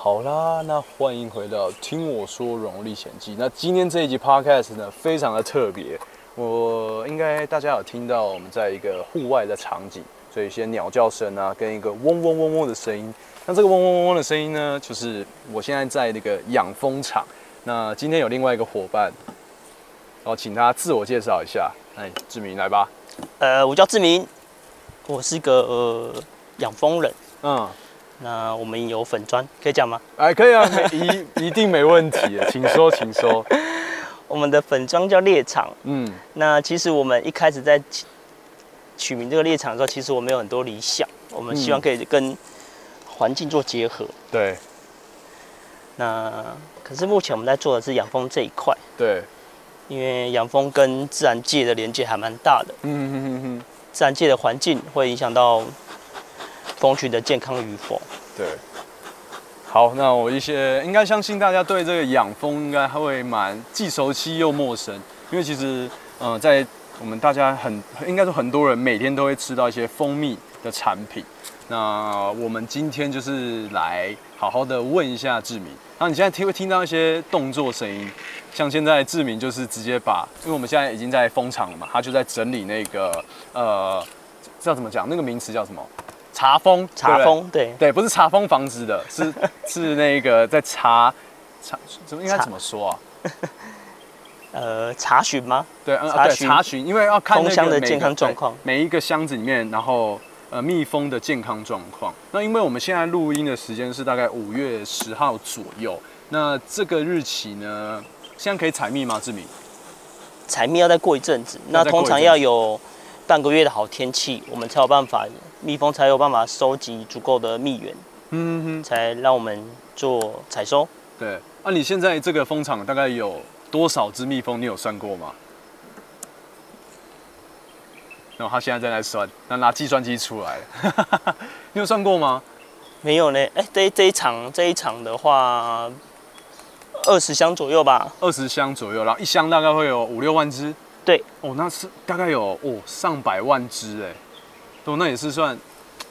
好啦，那欢迎回到《听我说荣荣历险记》。那今天这一集 podcast 呢，非常的特别。我应该大家有听到我们在一个户外的场景，所以一些鸟叫声啊，跟一个嗡嗡嗡嗡的声音。那这个嗡嗡嗡嗡的声音呢，就是我现在在那个养蜂场。那今天有另外一个伙伴，然后请他自我介绍一下。哎，志明来吧。呃，我叫志明，我是个呃养蜂人。嗯，那我们有粉砖，可以讲吗？哎，可以啊，没一一定没问题的，请说，请说。我们的粉砖叫猎场。嗯那其实我们一开始在起取名这个猎场的时候，其实我们有很多理想，我们希嗯望可以跟环境做结合。对那可是目前我们在做的是养蜂这一块，对，因为养蜂跟自然界的连接还蛮大的，嗯哼哼哼。自然界的环境会影响到蜂群的健康与否。对。好，那我一些应该相信大家对这个养蜂应该还会蛮既熟悉又陌生，因为其实，嗯、在我们大家很应该说很多人每天都会吃到一些蜂蜜的产品。那我们今天就是来好好的问一下志明，那你现在听会听到一些动作声音，像现在志明就是直接把，因为我们现在已经在蜂场了嘛，他就在整理那个呃，知道怎么讲，那个名词叫什么？茶蜂，对不查对蜂，对，对，不是查封房子的，是是那个在查查，怎么应该查怎么说啊？呃，查询吗？对，嗯，查啊对，询查询，因为要看那蜂个箱的每个健康对状况每一个箱子里面，然后呃，蜜蜂的健康状况。那因为我们现在录音的时间是大概五月十号左右，那这个日期呢，现在可以采蜜吗？志明？采蜜要再过一阵子，要那再过一阵子通常要有半个月的好天气，我们才有办法，蜜蜂才有办法收集足够的蜜源，嗯哼哼，才让我们做采收。对。那、你现在这个蜂场大概有多少只蜜蜂？你有算过吗？然后他现在正在算，那拿计算机出来 了。你有算过吗？没有呢，哎、这这一场这一场的话，二十箱左右吧。二十箱左右，然后一箱大概会有五六万只。对，哦，那是大概有哦上百万只哎，哦，那也是算，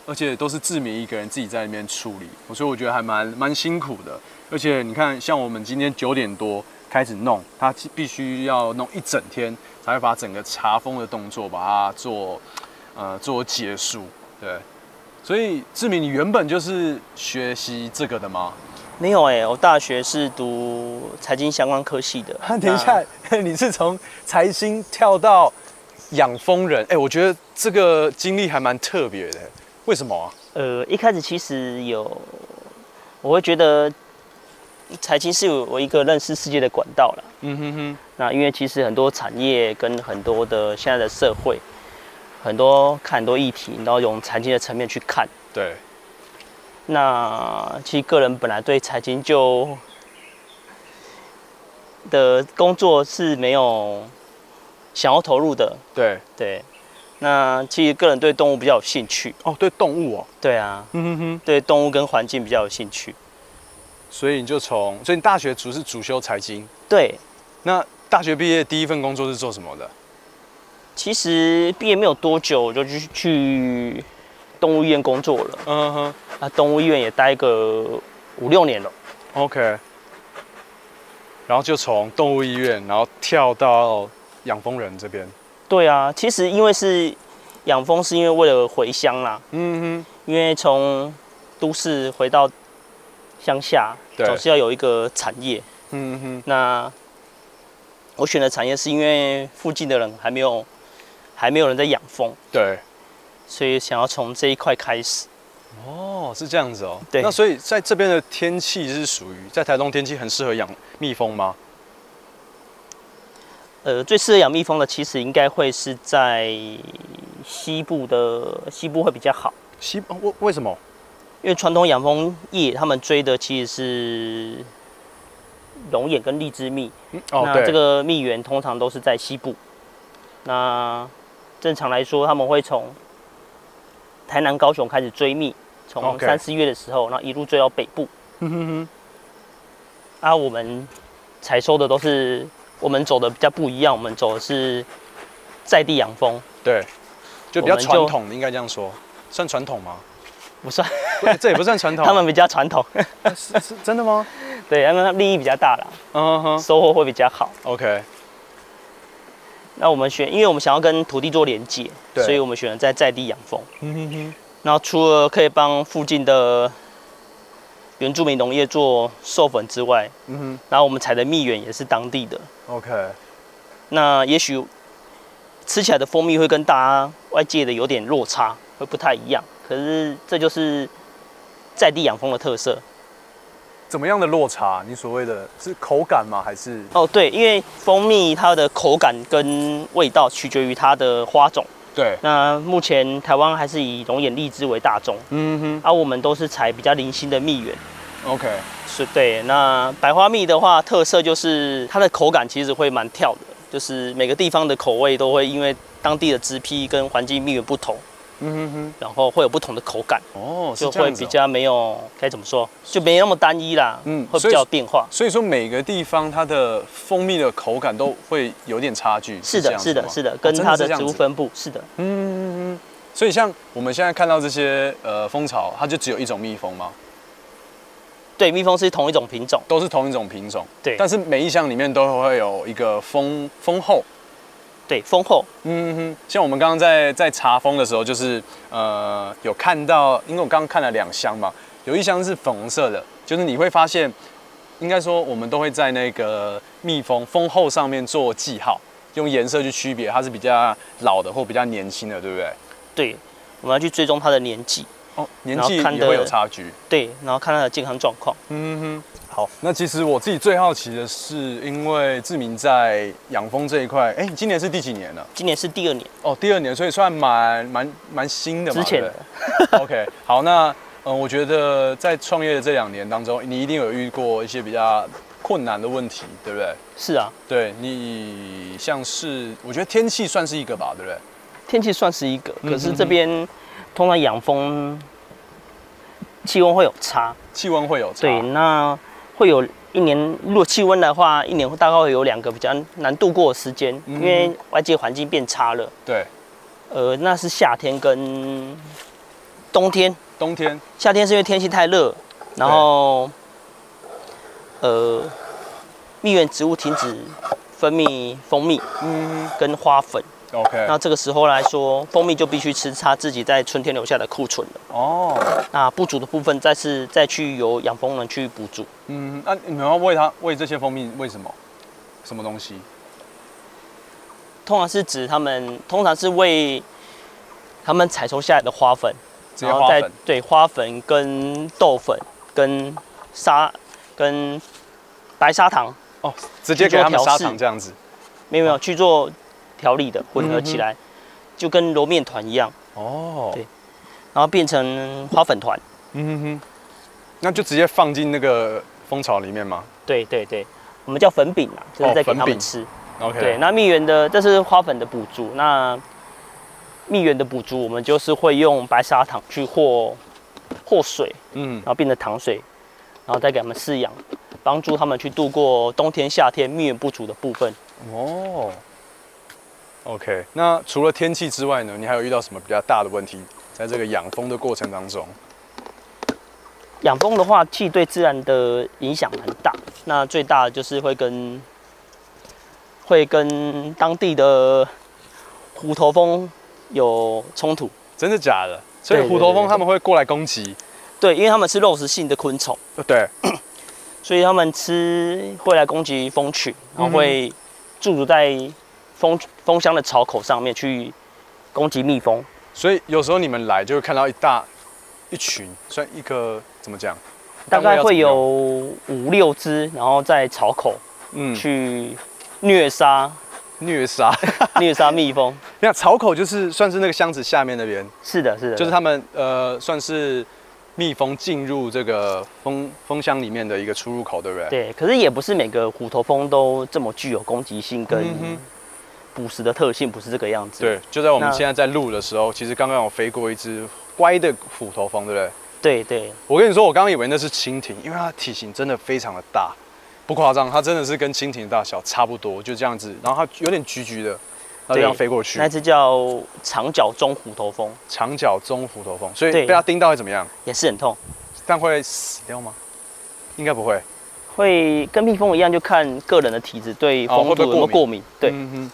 而且都是志明一个人自己在那边处理，所以我觉得还蛮蛮辛苦的。而且你看，像我们今天九点多开始弄，他必须要弄一整天，才会把整个查封的动作把它做呃做结束。对，所以志明，你原本就是学习这个的吗？。没有哎、我大学是读财经相关科系的 等一下， 你是从财经跳到养蜂人，哎、我觉得这个经历还蛮特别的，为什么啊？那，呃，一开始其实有，我会觉得财经是我一个认识世界的管道了。嗯哼哼，那因为其实很多产业跟很多的现在的社会，很多看很多议题，然后用财经的层面去看。对，那其实个人本来对财经就的工作是没有想要投入的，对，对。那其实个人对动物比较有兴趣，哦，对动物哦，对啊，嗯哼哼，对动物跟环境比较有兴趣，所以你就从，所以你大学主是主修财经，对。那大学毕业第一份工作是做什么的？其实毕业没有多久，我就去去动物医院工作了。嗯哼那动物医院也待个五六年了。 ，OK，然后就从动物医院，然后跳到养蜂人这边，对啊，其实因为是养蜂，是因为为了回乡啦，嗯因为从都市回到乡下，对总是要有一个产业。哼，嗯哼，那我选的产业是因为附近的人还没有还没有人在养蜂，对，所以想要从这一块开始。哦，是这样子哦。对那所以在这边的天气是属于在台东天气很适合养蜜蜂吗？呃，最适合养蜜蜂的，其实应该会是在西部的西部会比较好，西哦为为什么？因为传统养蜂业他们追的其实是龙眼跟荔枝蜜，嗯哦，那对，这个蜜源通常都是在西部。那正常来说，他们会从台南、高雄开始追蜜，从 OK 三四月的时候，然后一路追到北部。哼嗯哼哼啊，我们采收的都是我们走的比较不一样，我们走的是在地养蜂，对，就比较我们就传统的，应该这样说，算传统吗？不算不这也不算传统， 啊他们比较传统，是是真的吗？对，他们利益比较大啦，嗯哼收获会比较好。 ，OK，那我们选，因为我们想要跟土地做连接，对所以我们选了在在地养蜂。嗯哼哼，然后除了可以帮附近的原住民农业做授粉之外，嗯然后我们采的蜜源也是当地的。哼，OK，那也许吃起来的蜂蜜会跟大家外界的有点落差，会不太一样。可是这就是在地养蜂的特色怎么样的落差？你所谓的是口感吗？还是哦。对，因为蜂蜜它的口感跟味道取决于它的花种。对，那目前台湾还是以龙眼荔枝为大宗，嗯啊而、我们都是采比较零星的蜜源。哼，OK，是对，那百花蜜的话，特色就是它的口感其实会蛮跳的，就是每个地方的口味都会因为当地的植批跟环境蜜源不同，嗯哼哼，然后会有不同的口感，哦，是就这会样子比哦。较没有该怎么说，就没那么单一啦，嗯嗯，会所以比较有变化。所以说每个地方它的蜂蜜的口感都会有点差距，是这的，样是子的，吗是的哦，跟真它是的这样植物子分布是的，嗯嗯嗯嗯，所以像我们现在看到这些呃蜂巢，它就只有一种蜜蜂吗？对，蜜蜂是同一种品种，都是同一种品种，对但是每一箱里面都会有一个蜂蜂后。对，蜂后嗯哼，像我们刚刚在在查蜂的时候，就是呃有看到，因为我刚刚看了两箱嘛，有一箱是粉红色的，就是你会发现，应该说我们都会在那个蜜蜂蜂后上面做记号，用颜色去区别它是比较老的或比较年轻的，对不对？对，我们要去追踪它的年纪，哦，年然后纪看也的会有差距。对，然后看它的健康状况。嗯哼，好，那其实我自己最好奇的是，因为志明在养蜂这一块，哎、你今年是第几年了？今年是第二年，哦，第二年，所以算蛮蛮蛮新的嘛。之对前的不对 OK，好，那嗯，我觉得在创业的这两年当中，你一定有遇过一些比较困难的问题，对不对？是啊，对你像是，我觉得天气算是一个吧，对不对？天气算是一个，嗯可是哼这哼边通常养蜂气温会有差，气温会有差。对，那会有一年，如果气温的话，一年大概会有两个比较难度过的时间，嗯因为外界环境变差了，对呃，那是夏天跟冬天，冬天夏天是因为天气太热，然后呃，蜜源植物停止分泌蜂蜜嗯跟花粉， ，OK，那这个时候来说，蜂蜜就必须吃它自己在春天留下的库存了。哦，那不足的部分，再次再去由养蜂人去补足。嗯，那、你们要喂它喂这些蜂蜜，为什么？什么东西？通常是指他们，通常是为他们采收下来的花粉，直接花粉。对花粉跟豆粉跟砂跟白砂糖，哦，直接给他们砂糖这样子。没哦有没有去做调理的混嗯合起来，就跟揉面团一样，哦，对然后变成花粉团。嗯哼哼，那就直接放进那个蜂巢里面吗对对对，我们叫粉饼啊，就是哦在给粉他们饼吃。 ？OK，对，那蜜源的这是花粉的补足，那蜜源的补足，我们就是会用白砂糖去和和水，嗯然，后变成糖水，然后再给它们饲养，帮助它们去度过冬天、夏天蜜源不足的部分。哦，OK，那除了天气之外呢，你还有遇到什么比较大的问题？在这个养蜂的过程当中，养蜂的话，其实对自然的影响很大，那最大的就是会跟会跟当地的虎头蜂有冲突，真的假的？所以对对虎头蜂对对他们会过来攻击，对，因为它们是肉食性的昆虫。呃对，所以他们吃会来攻击蜂群，然嗯后哼会驻足在蜂蜂箱的槽口上面去攻击蜜蜂。所以有时候你们来就会看到一大一群，算一个怎么讲？大概会有单位要怎么五六只，然后在巢口嗯去虐 杀、虐杀。 虐杀蜜蜂。那草口就是算是那个箱子下面那边，是的，是的，就是他们呃算是蜜蜂进入这个蜂蜂箱里面的一个出入口，对不对？。对。可是也不是每个虎头蜂都这么具有攻击性跟嗯哼捕食的特性，不是这个样子。对，就在我们那现在在录的时候，其实刚刚有飞过一只乖的虎头蜂，对不对？对对我跟你说，我刚刚以为那是蜻蜓，因为它体型真的非常的大，不夸张，它真的是跟蜻蜓的大小差不多，就这样子。然后它有点橘橘的，然后就这样飞过去那。只叫长角中虎头蜂，长角棕虎头蜂，所以对被它叮到会怎么样？也是很痛，但会死掉吗？应该不会。会跟蜜蜂一样，就看个人的体质对哦蜂毒会有没有不会过过敏。对，嗯哼，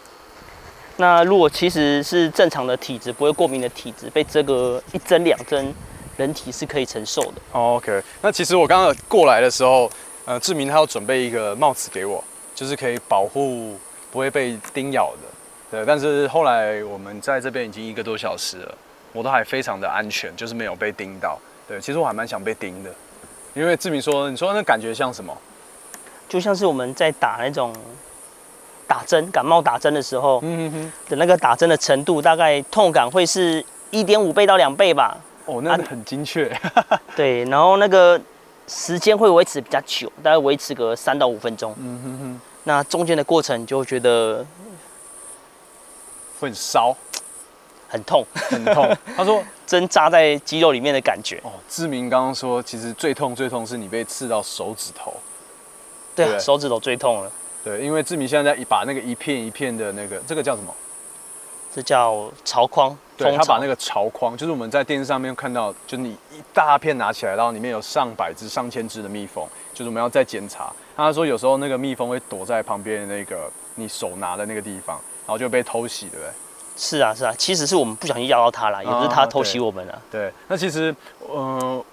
那如果其实是正常的体质，不会过敏的体质，被这个一针两针，人体是可以承受的。哦 OK，那其实我刚刚过来的时候，呃，志明他要准备一个帽子给我，就是可以保护不会被叮咬的。对，但是后来我们在这边已经一个多小时了，我都还非常的安全，就是没有被叮到。对，其实我还蛮想被叮的，因为志明说，你说那感觉像什么？就像是我们在打那种打针，感冒打针的时候嗯哼的那个打针的程度，大概痛感会是一点五倍到两倍吧。哼，哦，那很精确。 对，然后那个时间会维持比较久，大概维持个三到五分钟。嗯哼哼，那中间的过程你就会觉得会很烧，很痛， 很 痛。他说，针扎在肌肉里面的感觉。哦，志明刚刚说，其实最痛最痛是你被刺到手指头。对啊，对手指头最痛了，对，因为志明现在在把那个一片一片的那个，这个叫什么？这叫巢框。对，蜂他把巢那个巢框，就是我们在电视上面看到，就是你一大片拿起来，然后里面有上百只、上千只的蜜蜂，就是我们要再检查。他说有时候那个蜜蜂会躲在旁边的那个你手拿的那个地方，然后就被偷袭，对不对？是啊，是啊，其实是我们不小心压到它啦，也不是它啊偷袭对我们啊。对，那其实呃，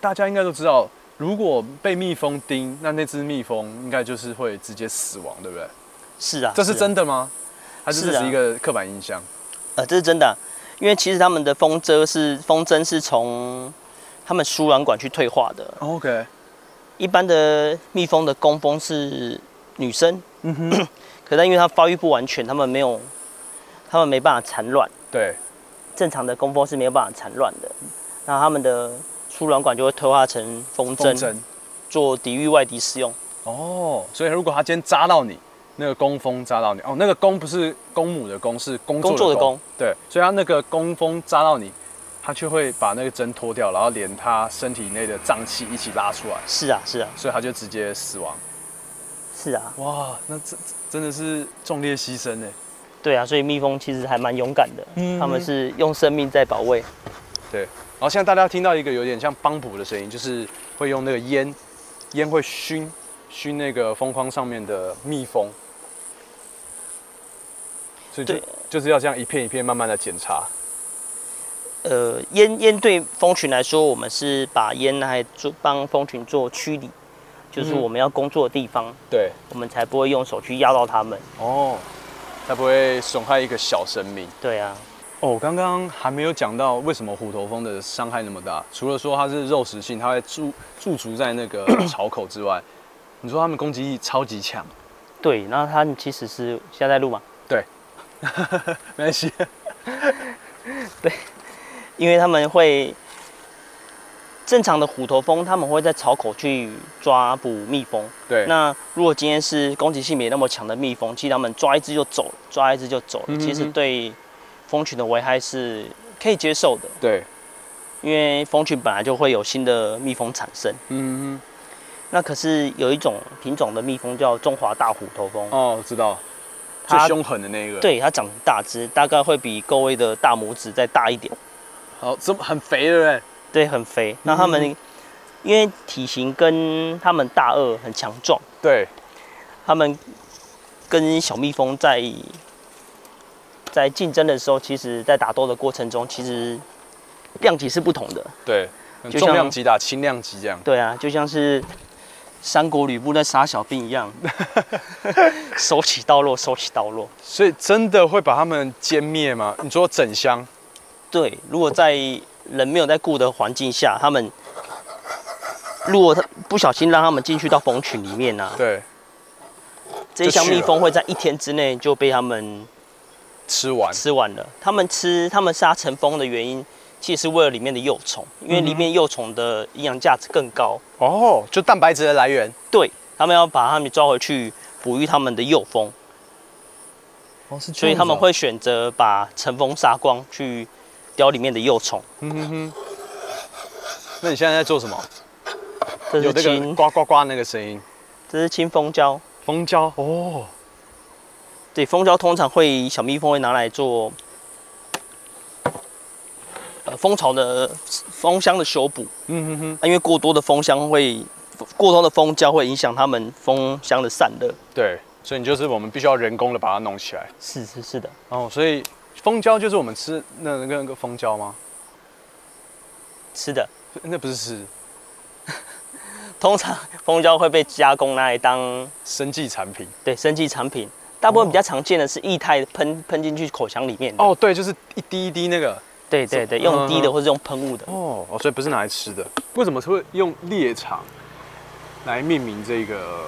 大家应该都知道，如果被蜜蜂叮，那那只蜜蜂应该就是会直接死亡，对不对？是啊，这是啊真的吗？还是是这啊是一个刻板印象？呃，这是真的啊、因为其实他们的风筝是风筝是从他们输卵管去退化的。 OK，一般的蜜蜂的工蜂是女生，嗯哼， 可但因为它发育不完全，它们没有，它们没办法产卵。对，正常的工蜂是没有办法产卵的，那它们的输卵管就会退化成风风筝，筝。做抵御外敌使用。哦，所以如果它今天扎到你，那个工蜂扎到你，哦，那个工不是公母的公，是工作工作的工工，对，所以它那个工蜂扎到你，它就会把那个针脱掉，然后连它身体内的脏器一起拉出来，是啊，是啊，所以它就直接死亡。是啊，哇，那这这真的是壮烈牺牲欸呢。对啊，所以蜜蜂其实还蛮勇敢的，嗯他们是用生命在保卫。然后现在大家听到一个有点像帮补的声音，就是会用那个烟，烟会熏熏那个蜂框上面的蜜蜂，所以就对就是要这样一片一片慢慢的检查。呃，烟烟对蜂群来说，我们是把烟来做帮蜂群做驱离，就是嗯我们要工作的地方，对，我们才不会用手去压到它们。哦，才不会损害一个小生命。对啊，哦，刚刚还没有讲到为什么虎头蜂的伤害那么大，除了说它是肉食性，它会驻驻足在那 个巢口之外，你说它们攻击力超级强，对，那它们其实是现在在录嘛，没关系。因为他们会正常的虎头蜂，他们会在巢口去抓捕蜜蜂。对，那如果今天是攻击性没那么强的蜜蜂，其实它们抓一只就走了，抓一只就走了，嗯哼哼其实对蜂群的危害是可以接受的，对，因为蜂群本来就会有新的蜜蜂产生。嗯，那可是有一种品种的蜜蜂叫中华大虎头蜂，哦，知道，最它凶狠的那一个。，对，它长得很大只，大概会比各位的大拇指再大一点，好，这么很肥，对不对？对，很肥。那它们、嗯因为体型跟它们大鳄很强壮，对，它们跟小蜜蜂在在竞争的时候，其实在打斗的过程中，其实量级是不同的。对，就重像量级打轻量级这样。对啊，就像是三国吕布在杀小兵一样， 手起刀落，手起刀落。所以真的会把它们歼灭吗？你说整箱？对，如果在人没有在顾的环境下，他们如果他不小心让他们进去到蜂群里面啊，对，这一就箱去了蜜蜂会在一天之内就被他们吃完，吃完了。他们吃他们杀成蜂的原因，其实是为了里面的幼虫，因嗯为里面幼虫的营养价值更高。哦，就蛋白质的来源，对他们要把它们抓回去哺育他们的幼蜂，哦，是所以他们，会选择把成蜂杀光去叼里面的幼虫。嗯哼哼。那你现在在做什么？这有是那个青，呱呱呱那个声音，这是青蜂胶。蜂胶哦，对，蜂胶通常会小蜜蜂会拿来做，呃，蜂巢的蜂箱的修补，嗯哼哼，啊因为过多的蜂箱会，过多的蜂胶会影响它们蜂箱的散热。对，所以你就是我们必须要人工的把它弄起来。是是是的，哦，所以蜂胶就是我们吃那那个那个蜂胶吗？是的。那不是是通常 蜂胶会被加工拿来当生技产品。对生技产品，大部分比较常见的是液态喷喷进去口腔里面的。哦，对，就是一滴一滴那个。对对对，嗯用滴的嗯或是用喷雾的。哦哦，所以不是拿来吃的。为什么会用猎场来命名这个？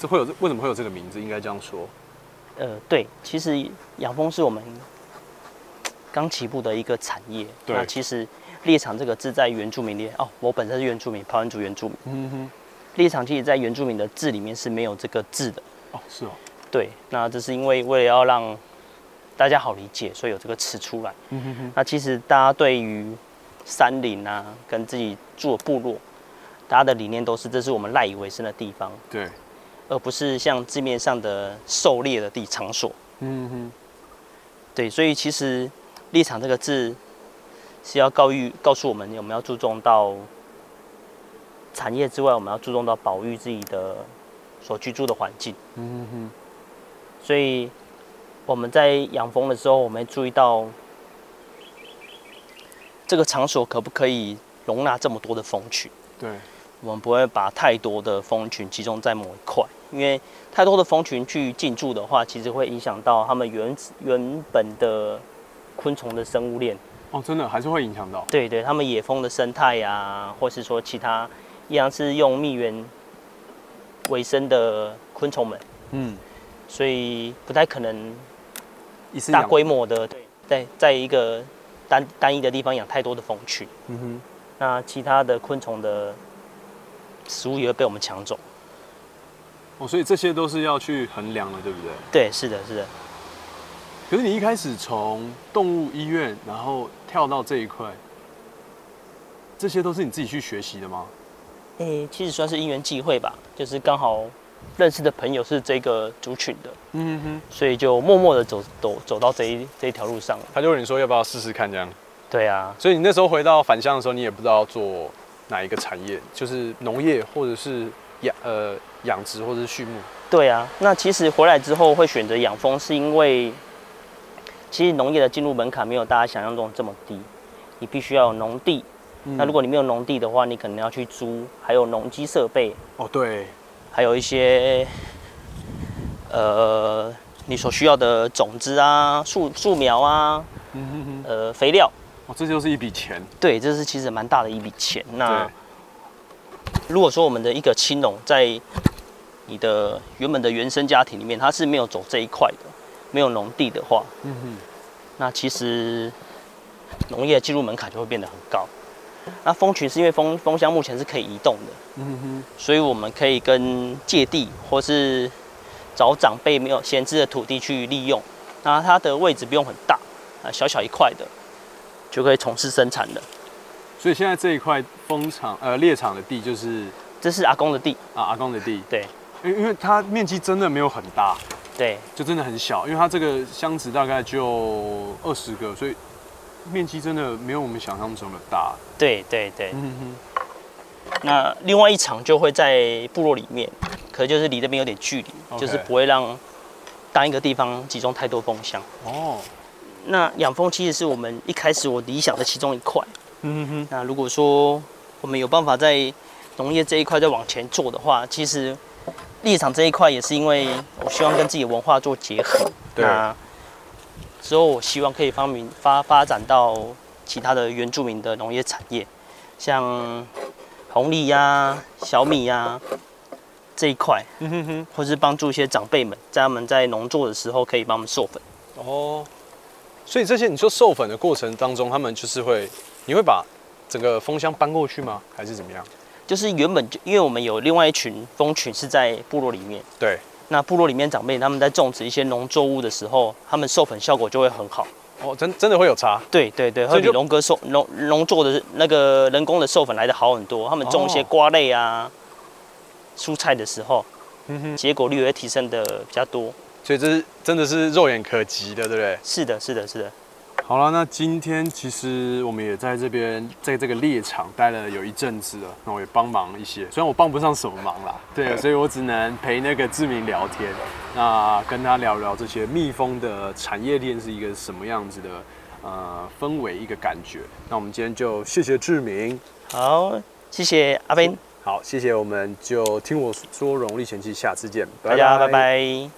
这会有为什么会有这个名字？应该这样说。呃，对，其实养蜂是我们刚起步的一个产业。对那其实猎场这个字在原住民猎哦，我本身是原住民，台湾族原住民。嗯哼。猎场其实在原住民的字里面是没有这个字的。哦，是哦。对，那这是因为为了要让大家好理解，所以有这个词出来。嗯哼哼。那其实大家对于山林啊，跟自己住的部落，大家的理念都是这是我们赖以为生的地方，对。而不是像字面上的狩猎的地场所。嗯哼。对，所以其实“立场”这个字是要告育告诉我们，我们要注重到产业之外，我们要注重到保育自己的所居住的环境。嗯哼所以我们在养蜂的时候，我们会注意到这个场所可不可以容纳这么多的蜂群。对。我们不会把太多的蜂群集中在某一块，因为太多的蜂群去进驻的话，其实会影响到它们原原本的昆虫的生物链，哦，真的还是会影响到。对对，它们野蜂的生态呀、或是说其他一样是用蜜源为生的昆虫们，嗯。所以不太可能一次大养规模的对在在一个单单一的地方养太多的蜂群，嗯哼。那其他的昆虫的食物也会被我们抢走。哦，所以这些都是要去衡量的，对不对？对，是的，是的。可是你一开始从动物医院，然后跳到这一块，这些都是你自己去学习的吗？诶、其实算是因缘际会吧，就是刚好认识的朋友是这个族群的，嗯哼，所以就默默的走走走到这一这一条路上了。他就问你说要不要试试看这样。对啊，所以你那时候回到返乡的时候，你也不知道做哪一个产业，就是农业或者是养呃养殖或者是畜牧。对啊。那其实回来之后会选择养蜂，是因为其实农业的进入门槛没有大家想象中这么低，你必须要有农地。嗯那如果你没有农地的话，你可能要去租，还有农机设备，哦对，还有一些呃你所需要的种子啊、树树苗啊、嗯哼哼，呃肥料。哦这就是一笔钱，对，这是其实蛮大的一笔钱。那对，如果说我们的一个青农在你的原本的原生家庭里面，他是没有走这一块的，没有农地的话，嗯哼，那其实农业进入门槛就会变得很高。那蜂群是因为蜂蜂箱目前是可以移动的，嗯哼，所以我们可以跟借地或是找长辈没有闲置的土地去利用。那它的位置不用很大，啊，小小一块的就可以从事生产的。所以现在这一块蜂场呃猎场的地就是这是阿公的地，啊阿公的地，对因为因为它面积真的没有很大，对，就真的很小，因为它这个箱子大概就二十个，所以面积真的没有我们想象中的大。对对对，嗯哼，那另外一场就会在部落里面，可能就是离这边有点距离 OK 就是不会让单一个地方集中太多蜂箱。哦，那养蜂其实是我们一开始我理想的其中一块。嗯哼，那如果说我们有办法在农业这一块再往前做的话，其实立场这一块也是因为我希望跟自己的文化做结合。对那之后我希望可以发明发发展到其他的原住民的农业产业，像红梨呀、小米呀、这一块，嗯哼哼，或是帮助一些长辈们，在他们在农作的时候可以帮我们授粉。哦，所以这些你说授粉的过程当中，他们就是会，你会把整个蜂箱搬过去吗？还是怎么样？就是原本就因为我们有另外一群蜂群是在部落里面，对，那部落里面长辈他们在种植一些农作物的时候，他们授粉效果就会很好。哦，真真的会有差，对对对，所会以比就龙哥授农农作的那个人工的授粉来的好很多。他们种一些哦瓜类啊、蔬菜的时候，嗯哼，结果率会提升的比较多。所以这是真的是肉眼可及的，对不对？是的，是的，是的，好了，那今天其实我们也在这边，在这个猎场待了有一阵子了，那我也帮忙一些，虽然我帮不上什么忙啦，对，所以我只能陪那个志明聊天，那跟他聊聊这些蜜蜂的产业链是一个什么样子的，呃，氛围一个感觉。那我们今天就谢谢志明，好，谢谢阿斌，好，谢谢，我们就听我说《荣历前期》，下次见，大家拜拜